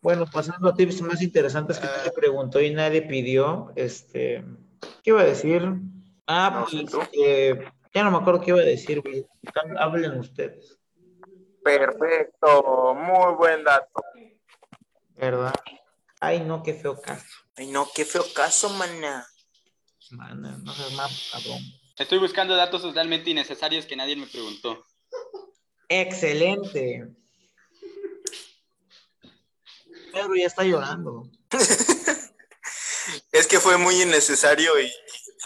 C: Bueno, pasando a tips más interesantes que nadie preguntó y nadie pidió, este, ¿qué iba a decir? Ah,
A: No sé
C: pues,
A: tú.
C: eh, ya no me acuerdo qué iba a decir, güey. Hablen ustedes,
A: Perfecto, muy buen dato.
C: ¿verdad? Ay, no, qué feo caso.
A: Ay, no, qué feo caso, maná.
C: Mana, no seas más cabrón.
B: Estoy buscando datos totalmente innecesarios que nadie me preguntó.
C: Excelente. Pedro ya está llorando.
A: Es que fue muy innecesario y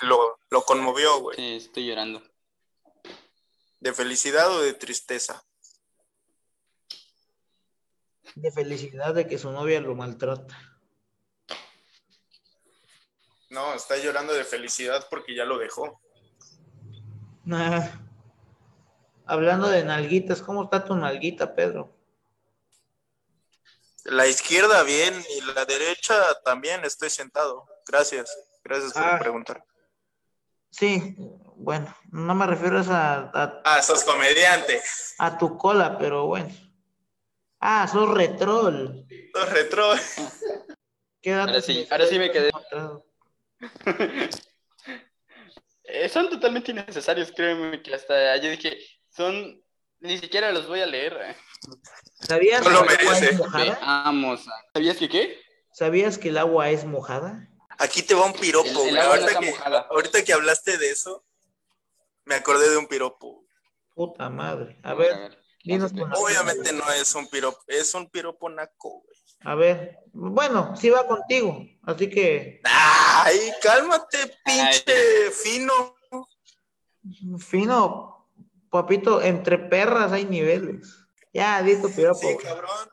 A: lo, lo conmovió, güey.
B: Sí, estoy llorando.
A: ¿De felicidad o de tristeza?
C: De felicidad de que su novia lo maltrata.
A: No, está llorando de felicidad porque ya lo dejó.
C: Nah. Hablando de nalguitas, ¿cómo está tu nalguita, Pedro?
A: La izquierda bien y la derecha también, estoy sentado. Gracias, gracias por
C: Ah.
A: preguntar.
C: Sí, bueno, no me refiero a, esa- a,
A: Ah, sos comediante.
C: a tu cola, pero bueno. Ah, sos retrol.
A: Sos retro.
C: ¿Qué datos
B: Ahora sí,
C: tienes?
B: ahora sí me quedé. Eh, son totalmente innecesarios, créeme que hasta yo dije, son, ni siquiera los voy a leer. eh.
C: ¿Sabías
A: No lo
C: que el agua
A: merece.
C: es mojada?
B: Veamos. ¿Sabías que qué?
C: ¿Sabías que el agua es mojada?
A: Aquí te va un piropo,
B: El- el
A: güey.
B: agua no
A: Ahorita,
B: está
A: que,
B: mojada.
A: ahorita que hablaste de eso, me acordé de un piropo.
C: Puta madre. A ver, dinos con la-
A: Obviamente no es un piropo, es un piropo naco, güey.
C: A ver, bueno, sí va contigo, así que
A: Ay, cálmate, pinche fino.
C: fino, papito, entre perras hay niveles. Ya, di tu piropo.
A: Sí,
C: güey.
A: cabrón.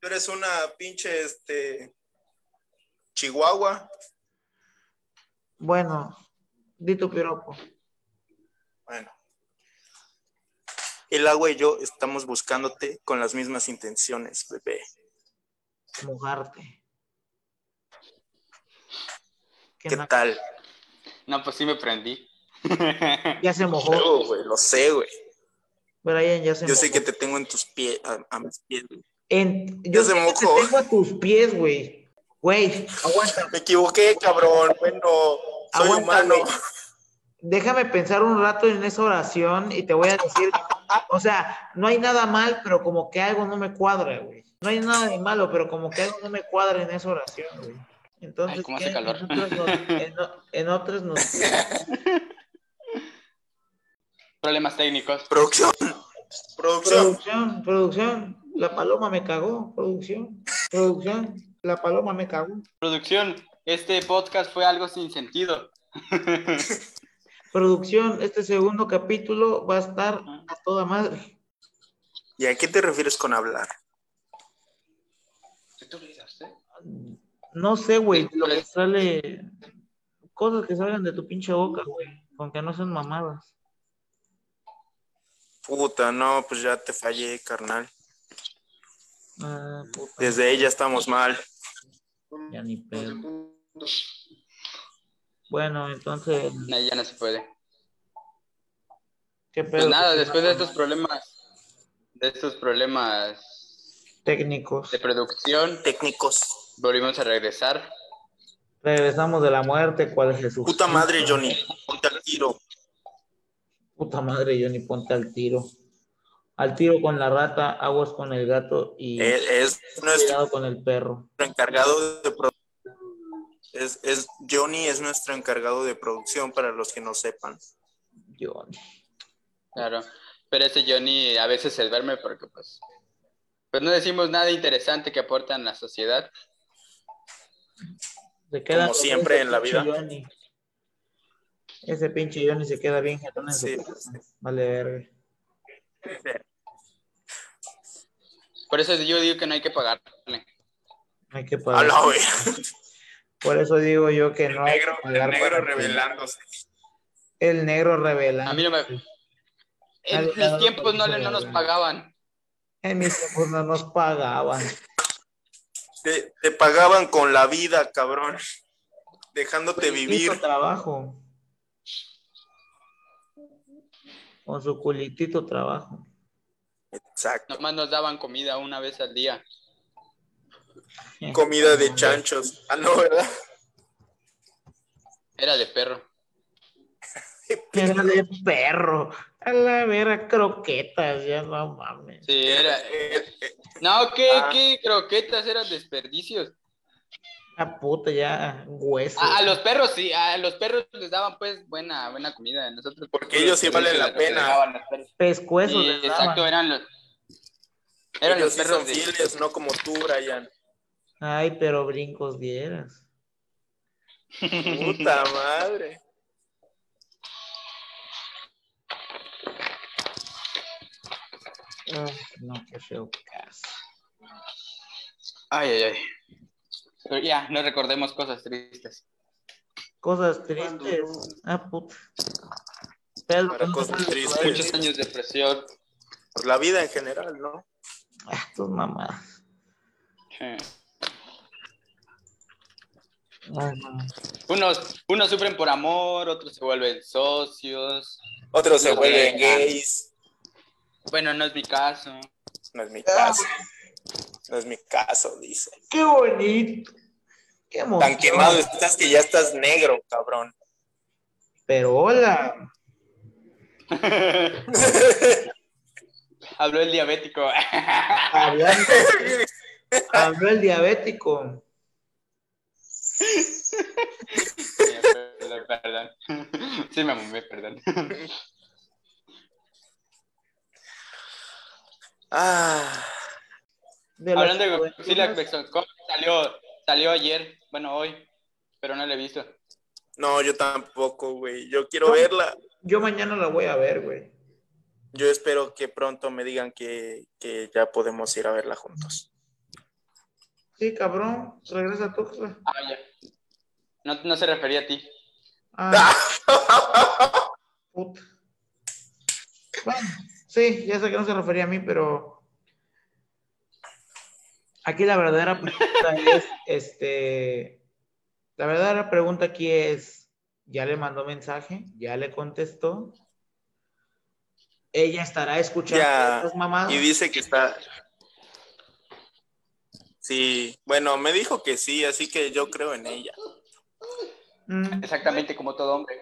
A: Tú eres una pinche, este, chihuahua.
C: bueno, di tu piropo.
A: Bueno. El agua y yo estamos buscándote con las mismas intenciones, bebé.
C: Mojarte. Que
A: ¿Qué
C: na-
A: tal?
B: No, pues sí me prendí.
C: ya se mojó.
A: Luego, güey, lo sé, güey.
C: Brian ya se
A: Yo
C: mojó.
A: sé que te tengo en tus pies, a, a mis pies. güey.
C: En-
A: Ya
C: yo
A: se
C: sé que te
A: mojó.
C: tengo a tus pies, güey. Güey, aguanta.
A: Me equivoqué, cabrón. Bueno, soy
C: Aguanta,
A: humano.
C: güey. Déjame pensar un rato en esa oración y te voy a decir, o sea, no hay nada mal, pero como que algo no me cuadra, güey. No hay nada de malo, pero como que algo no me cuadra en esa oración, güey. Entonces,
B: Ay, cómo
C: ¿qué?
B: hace calor.
C: En otras nos- en o- en otras nos-
B: Problemas técnicos.
A: Producción. Producción.
C: producción, producción, la paloma me cagó, producción, producción, la paloma me cagó.
B: Producción, este podcast fue algo sin sentido.
C: Producción, este segundo capítulo va a estar a toda madre.
A: ¿Y a qué te refieres con hablar?
C: No sé, güey, lo que sale, cosas que salgan de tu pinche boca, güey, con que no sean mamadas.
A: Puta, no, pues ya te fallé, carnal.
C: Ah, puta,
A: Desde ella estamos mal.
C: ya ni pedo. Bueno, entonces,
B: No, ya no se puede.
C: ¿qué
B: Pues
C: pedo?
B: nada, después de estos problemas, de estos problemas
C: técnicos.
B: de producción,
A: Técnicos.
B: volvimos a regresar.
C: Regresamos de la muerte, ¿cuál es Jesús?
A: Puta madre, Johnny. Ponte al tiro.
C: Puta madre, Johnny, ponte al tiro. Al tiro con la rata, aguas con el gato y
A: Eh, Es, nuestro
C: cuidado con el perro.
A: encargado de pro- Es, es, Johnny es nuestro encargado de producción, para los que no sepan.
C: Johnny.
B: Claro. Pero ese Johnny a veces se duerme porque pues, pues no decimos nada interesante que aportan a la sociedad.
C: Se queda
A: Como siempre
C: ese
A: en la
C: pinche
A: vida.
C: Johnny. Ese pinche Johnny se queda bien jetón en su
A: Sí.
C: casa. Vale, verga.
B: Pues, Por eso yo digo que no hay que pagarle.
C: Hay que
A: A
C: pagar.
A: la ver.
C: Por eso digo yo que no. hay que
A: Negro,
C: pagar
A: negro
C: para que-
A: revelándose.
C: El negro revela.
B: A mí no me... En mis tiempos no, le- no nos pagaban.
C: En mis tiempos no nos pagaban.
A: Te, te pagaban con la vida, cabrón.
B: Pues,
A: Dejándote
C: Culitito
A: vivir.
C: trabajo. Con su culitito trabajo.
A: Exacto.
B: Nomás nos daban comida una vez al día.
A: Comida de chanchos. Ah, no, ¿verdad?
B: Era de perro.
C: Era de perro. A la vera, croquetas, ya no mames.
B: Sí, era...
A: Eh, eh,
B: No, ¿qué,
A: Ah.
B: qué croquetas eran desperdicios?
C: La puta, ya hueso.
B: A, a los perros sí, a los perros les daban pues buena, buena comida. Nosotros
A: Porque ellos sí valen la
B: lo que les
A: pena.
B: daban los perros.
C: Pescuezos.
B: Sí,
C: Pues, les daban.
B: exacto, eran los... Eran
A: ellos
B: los
A: sí son
B: perros de...
A: fieles, no como tú, Brian.
C: Ay, pero brincos dieras.
A: Puta madre.
C: Ay, no, qué feo caso.
B: Ay, ay, ay. Pero ya, no recordemos cosas tristes.
C: Cosas tristes. Ah, puta. Pedro,
A: Para
C: ¿no te
A: cosas
C: puedes
A: tristes.
C: poner?
B: Muchos años de presión.
A: Pues la vida en general, ¿no?
C: Ah, tus mamás.
B: Eh,
C: Ay, no.
B: Unos, unos sufren por amor, otros se vuelven socios.
A: Otros se
B: Los
A: vuelven
B: dejan.
A: gays.
B: Bueno, no es mi caso.
A: No es mi caso. Ah. No es mi caso, dice.
C: Qué bonito. Qué emoción.
A: Tan quemado estás que ya estás negro, cabrón.
C: Pero hola.
B: Habló el diabético.
C: Hablando, habló el diabético.
B: perdón, perdón. Sí, me mamé, perdón.
A: Ah,
C: De las
B: Hablando de Godzilla,
C: coberturas,
B: Mexico, salió, salió ayer, bueno, hoy, pero no lo he visto.
A: no, yo tampoco, güey. Yo quiero
C: No.
A: verla.
C: Yo mañana la voy a ver, güey.
A: Yo espero que pronto me digan que, que ya podemos ir a verla juntos.
C: Sí, cabrón. Regresa a Tuxtla.
B: Ah, ya. No, no se refería a ti.
C: Ah, puta. Bueno, sí, ya sé que no se refería a mí, pero. Aquí la verdadera pregunta es: este. La verdadera pregunta aquí es: ¿ya le mandó mensaje? ¿Ya le contestó? ¿Ella estará escuchando
A: Ya.
C: estas mamadas?
A: Y dice que está. Sí, bueno, me dijo que sí, así que yo creo en ella.
C: Mm,
B: Exactamente como todo hombre.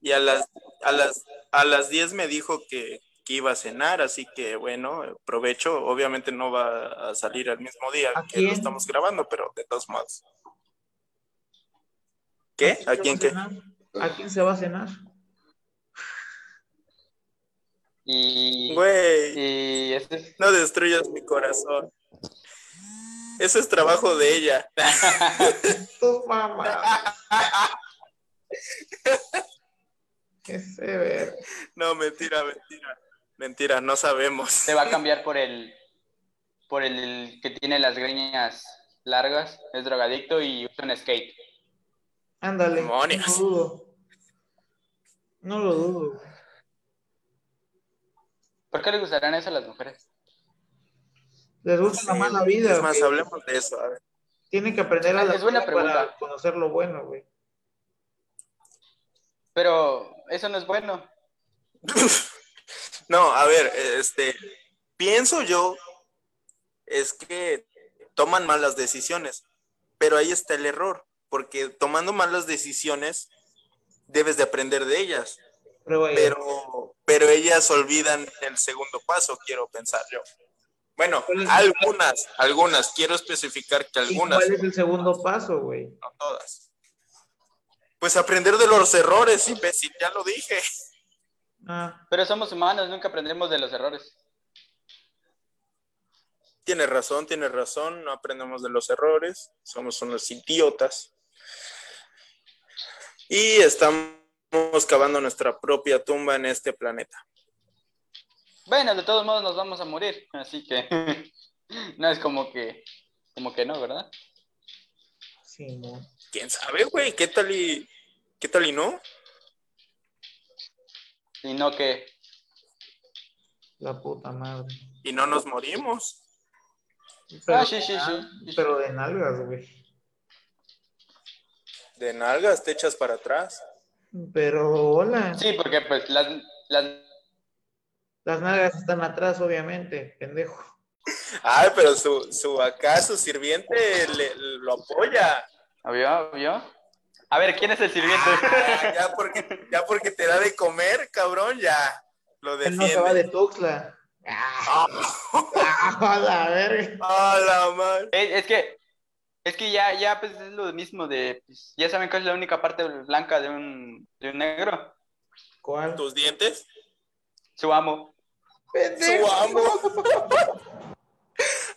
A: Y a las, a las, a las 10 me dijo que, que iba a cenar, así que bueno, provecho. Obviamente no va a salir al mismo día
C: ¿A
A: que
C: quién?
A: lo estamos grabando, pero de todos modos. ¿Qué? ¿A quién
C: se
A: qué?
C: va a cenar? ¿A quién se va a cenar?
B: Y,
A: Güey,
B: y este es-
A: no destruyas mi corazón. Eso es trabajo de ella.
C: Tus mamás. Qué severo.
A: No, mentira, mentira. Mentira, no sabemos.
B: se va a cambiar por el por el que tiene las greñas largas, es drogadicto y usa un skate.
C: Ándale.
A: Demonios.
C: No lo dudo. No lo dudo. güey.
B: ¿Por qué le gustarán eso a las mujeres?
C: Les gusta la mala vida.
A: Es más,
C: güey.
A: hablemos de eso. A ver.
C: Tienen que aprender a
B: Es
C: la
B: buena
C: vida para
B: pregunta.
C: conocer lo bueno, güey.
B: Pero eso no es bueno.
A: No, a ver, este, pienso yo, es que toman malas decisiones, pero ahí está el error, porque tomando malas decisiones debes de aprender de ellas,
C: Pero, güey,
A: pero, pero ellas olvidan el segundo paso, quiero pensar yo. Bueno, algunas, algunas, quiero especificar que
C: ¿y
A: algunas,
C: ¿cuál es el segundo paso, güey?
A: no todas. Pues aprender de los errores, imbécil, ya lo dije.
C: Ah,
B: Pero somos humanos, nunca aprendemos de los errores.
A: Tienes razón, tienes razón, no aprendemos de los errores, somos unos idiotas. Y estamos cavando nuestra propia tumba en este planeta.
B: Bueno, de todos modos nos vamos a morir, así que no es como que, como que no, ¿verdad?
C: sí, mo-
A: ¿Quién sabe, güey? ¿Qué tal y qué tal y no?
B: Y no que,
C: la puta madre.
A: Y no nos morimos.
B: Ah, sí, sí, sí.
C: Pero de nalgas, güey.
A: De nalgas te echas para atrás.
C: Pero hola.
B: sí, porque pues las, las-
C: Las nalgas están atrás, obviamente, pendejo.
A: Ay, pero su, su acá, su sirviente le- lo apoya.
B: ¿vio? ¿vio? A ver, ¿quién es el
A: Ah,
B: sirviente?
A: ya, porque, ya porque te da de comer, cabrón, ya. Lo
C: Él no se va
A: defiende.
C: de Tuxla. Ah,
A: Ah,
C: a la verga.
A: a la madre.
B: es, es que, es que ya, ya pues es lo mismo de, pues, ya saben que es la única parte blanca de un, de un negro,
C: ¿Cuál?
A: ¿Tus dientes?
B: su amo.
C: Pendejo.
A: Su amo.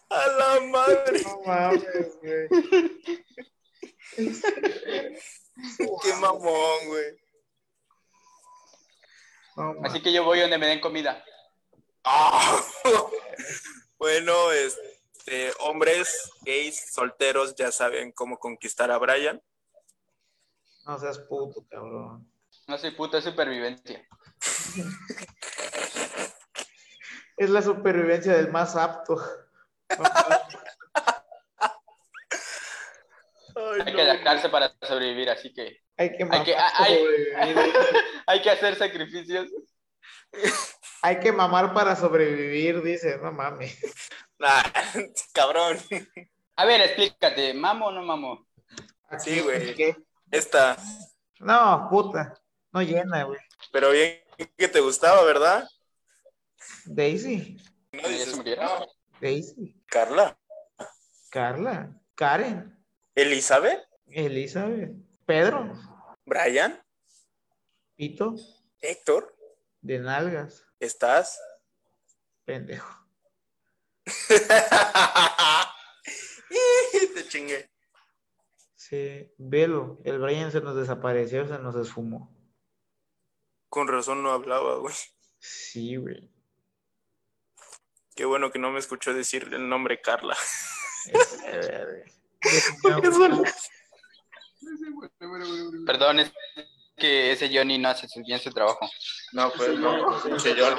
A: A la madre.
C: No mames, güey.
A: Qué mamón, güey.
C: No mames.
B: Así que yo voy donde me den comida.
A: Ah. Bueno, este, hombres gays, solteros, ya saben cómo conquistar a Brian.
C: No seas puto, cabrón.
B: No soy puto, es supervivencia.
C: Es la supervivencia del más apto.
A: Ay, no.
B: Hay que adaptarse para sobrevivir, así que
C: Hay que
B: Hay
C: mamar.
B: que-
C: para
B: hay-
C: sobrevivir.
B: hay que hacer sacrificios.
C: Hay que mamar para sobrevivir, dice. No mames.
A: Nah, cabrón.
B: A ver, explícate, ¿mamo o no mamo?
A: Sí, güey.
C: ¿Qué?
A: Esta.
C: No, puta. No llena, güey.
A: Pero bien que te gustaba, ¿verdad?
C: Daisy.
A: No
B: ¿Ya
A: dices,
B: se murieron?
A: no.
C: Daisy.
A: Carla.
C: Carla. Karen.
A: Elizabeth.
C: Elizabeth. Pedro.
A: Brian.
C: Pito.
A: Héctor.
C: De nalgas.
A: ¿Estás?
C: Pendejo.
A: Y te chingué.
C: Sí. Velo. El Brian se nos desapareció, se nos esfumó.
A: Con razón no hablaba, güey.
C: Sí, güey.
A: Qué bueno que no me escuchó decir el nombre Carla.
C: Ese, verga.
B: Perdón, es que ese Johnny no hace su- bien su trabajo.
A: No, pues no. pinche yo.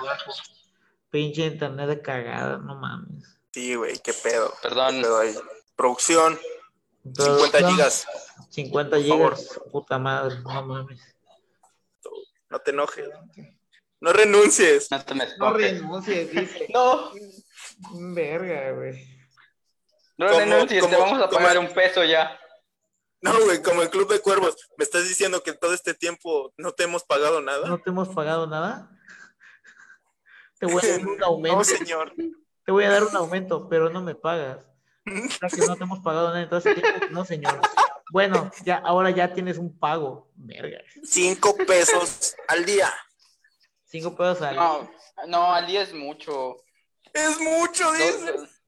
C: Pinche internet de cagada, no mames.
A: Sí, güey, qué pedo.
B: Perdón.
A: Qué pedo ahí. Producción,
C: Entonces,
A: 50
C: no,
A: gigas.
C: 50
A: favor.
C: gigas, puta madre, no mames.
A: No te enojes. No renuncies.
B: No te me
C: No
B: esponjes.
C: renuncies, dice.
B: No,
C: Verga, güey.
B: no
A: Como-
B: renuncies, te
A: como-
B: vamos a
A: como-
B: pagar un peso ya.
A: No, güey, como el Club de Cuervos. ¿Me estás diciendo que todo este tiempo no te hemos pagado nada?
C: ¿No te hemos pagado nada? Te voy a dar un aumento.
A: No, señor.
C: Te voy a dar un aumento, pero no me pagas. O sea que no te hemos pagado nada, entonces no, señor. Bueno, ya, ahora ya tienes un pago. Verga.
A: Cinco pesos al día.
C: Cinco pesos al
B: No, no, al día es mucho.
A: Es mucho,
B: Dos-
A: dices.
B: dos-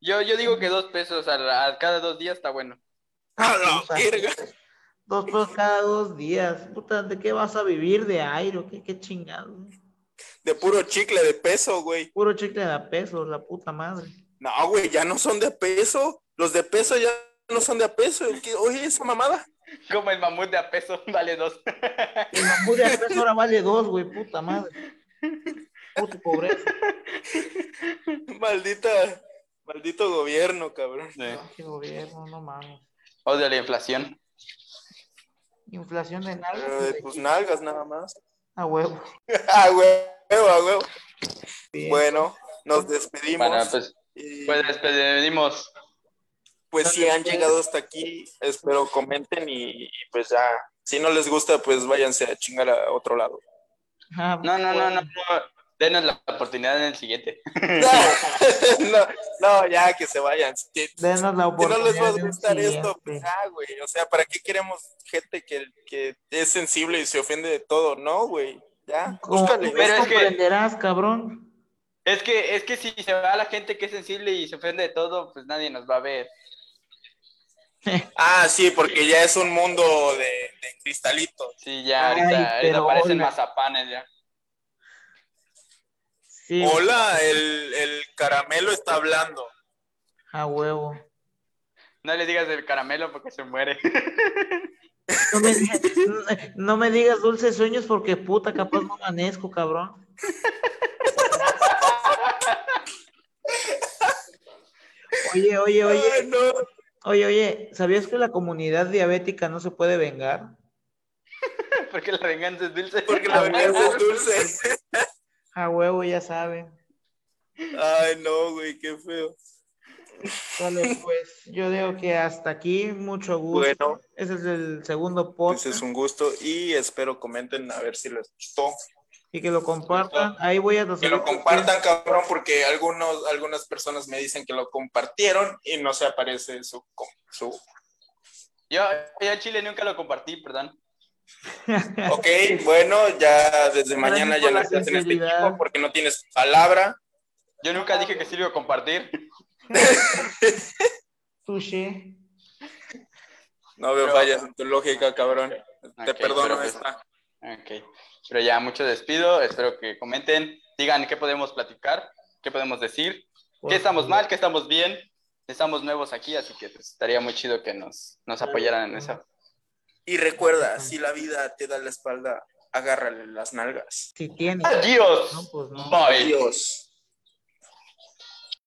B: yo, yo digo que dos pesos a, la- a cada dos días está bueno.
A: A la verga.
C: Dos pesos cada dos días. Puta, ¿de qué vas a vivir? ¿De aire? o ¿Qué, qué chingado?
A: De puro chicle de peso, güey.
C: Puro chicle de a pesos, la puta madre.
A: No, güey, ya no son de peso. Los de peso ya no son de a peso. ¿Qué- Oye, esa mamada.
B: Como el mamut de a peso, vale dos.
C: El mamut de a pesos ahora vale dos, güey, puta madre. Puta pobreza.
A: Maldita, maldito gobierno, cabrón.
C: No, qué gobierno, no mames.
B: Odio la inflación.
C: Inflación de
A: Pero
C: nada.
A: de tus Eh, pues nalgas nada más.
C: A huevo.
A: Ah, huevo, a huevo.
C: Bien.
A: Bueno, nos despedimos.
B: Bueno, pues,
A: Y,
B: pues despedimos.
A: pues si han llegado hasta aquí, espero comenten y, y, pues ya. Si no les gusta, pues váyanse a chingar a otro lado.
C: Ah,
B: No, no, no, no, no. Denos la oportunidad en el siguiente.
A: no, no, ya que se vayan. Si,
C: Denos la
A: si no
C: oportunidad.
A: les va a
C: de un
A: gustar esto,
C: siguiente. Ah,
A: pues ya, güey. O sea, ¿para qué queremos gente que, que es sensible y se ofende de todo? No, güey. Ya,
C: Como
A: búscale.
C: tú
B: Pero es que-
C: comprenderás, cabrón.
B: Es que, es que si se va la gente que es sensible y se ofende de todo, pues nadie nos va a ver.
A: Ah, sí, porque ya es un mundo de, de cristalitos.
B: Sí, ya
C: Ay,
B: ahorita, ahorita
C: pero
B: aparecen
C: hola.
B: mazapanes ya.
C: Sí,
A: Hola, el, el caramelo está hablando.
C: a huevo.
B: No le digas del caramelo porque se muere.
C: No me, no me digas dulces sueños porque puta, capaz no amanezco, cabrón. Oye, oye, oye,
A: Ay, no.
C: oye, oye, ¿sabías que la comunidad diabética no se puede vengar?
B: porque la venganza es dulce.
A: Porque la venganza es dulce.
C: A huevo, ya saben.
A: Ay, no, güey, qué feo.
C: Vale, pues yo digo que hasta aquí, mucho gusto.
A: Bueno.
C: Ese es el segundo
A: Pues
C: post
A: es un gusto y espero comenten a ver si les gustó.
C: y que lo compartan. Ahí voy a
A: Que lo compartan, cabrón, porque algunos, algunas personas me dicen que lo compartieron y no se aparece su... com- su...
B: Yo, yo al chile nunca lo compartí, perdón.
A: Ok, bueno, ya desde mañana ya
C: por
A: no
C: la
A: estás en este
C: sinceridad.
A: equipo porque no tienes palabra.
B: Yo nunca dije que sí lo iba a compartir.
C: Touché.
A: No veo
B: Pero-
A: fallas en tu lógica, cabrón. Te
B: Ok,
A: perdono
B: pero pues-
A: esta.
B: Ok. Pero ya, mucho despido. Espero que comenten, digan qué podemos platicar, qué podemos decir,
C: Por
B: qué estamos
C: favor.
B: mal, qué estamos bien. Estamos nuevos aquí, así que pues, estaría muy chido que nos, nos apoyaran en eso.
A: Y recuerda, si la vida te da la espalda, agárrale las nalgas.
C: Si tienes.
B: Adiós.
C: No, pues no.
B: Bye.
A: Adiós.